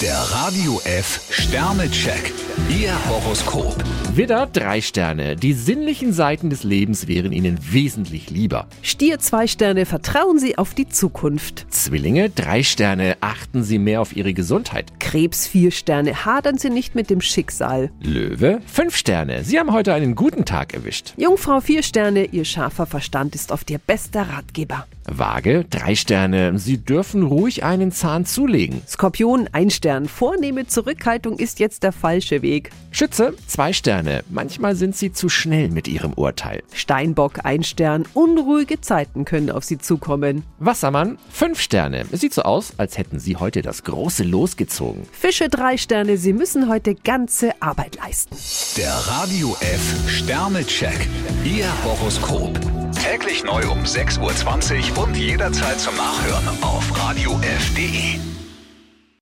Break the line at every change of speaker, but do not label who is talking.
Der Radio F Sternecheck. Ihr Horoskop.
Widder, drei Sterne. Die sinnlichen Seiten des Lebens wären Ihnen wesentlich lieber.
Stier zwei Sterne, vertrauen Sie auf die Zukunft.
Zwillinge, drei Sterne. Achten Sie mehr auf Ihre Gesundheit.
Krebs vier Sterne, hadern Sie nicht mit dem Schicksal.
Löwe, fünf Sterne. Sie haben heute einen guten Tag erwischt.
Jungfrau vier Sterne, Ihr scharfer Verstand ist oft Ihr bester Ratgeber.
Waage, drei Sterne. Sie dürfen ruhig einen Zahn zulegen.
Skorpion ein Stern, vornehme Zurückhaltung ist jetzt der falsche Weg.
Schütze, zwei Sterne. Manchmal sind Sie zu schnell mit Ihrem Urteil.
Steinbock ein Stern, unruhige Zeiten können auf Sie zukommen.
Wassermann, fünf Sterne. Es sieht so aus, als hätten Sie heute das große losgezogen.
Fische drei Sterne, Sie müssen heute ganze Arbeit leisten.
Der Radio F Sternecheck. Ihr Horoskop. Täglich neu um 6.20 Uhr und jederzeit zum Nachhören auf Radio radiof.de.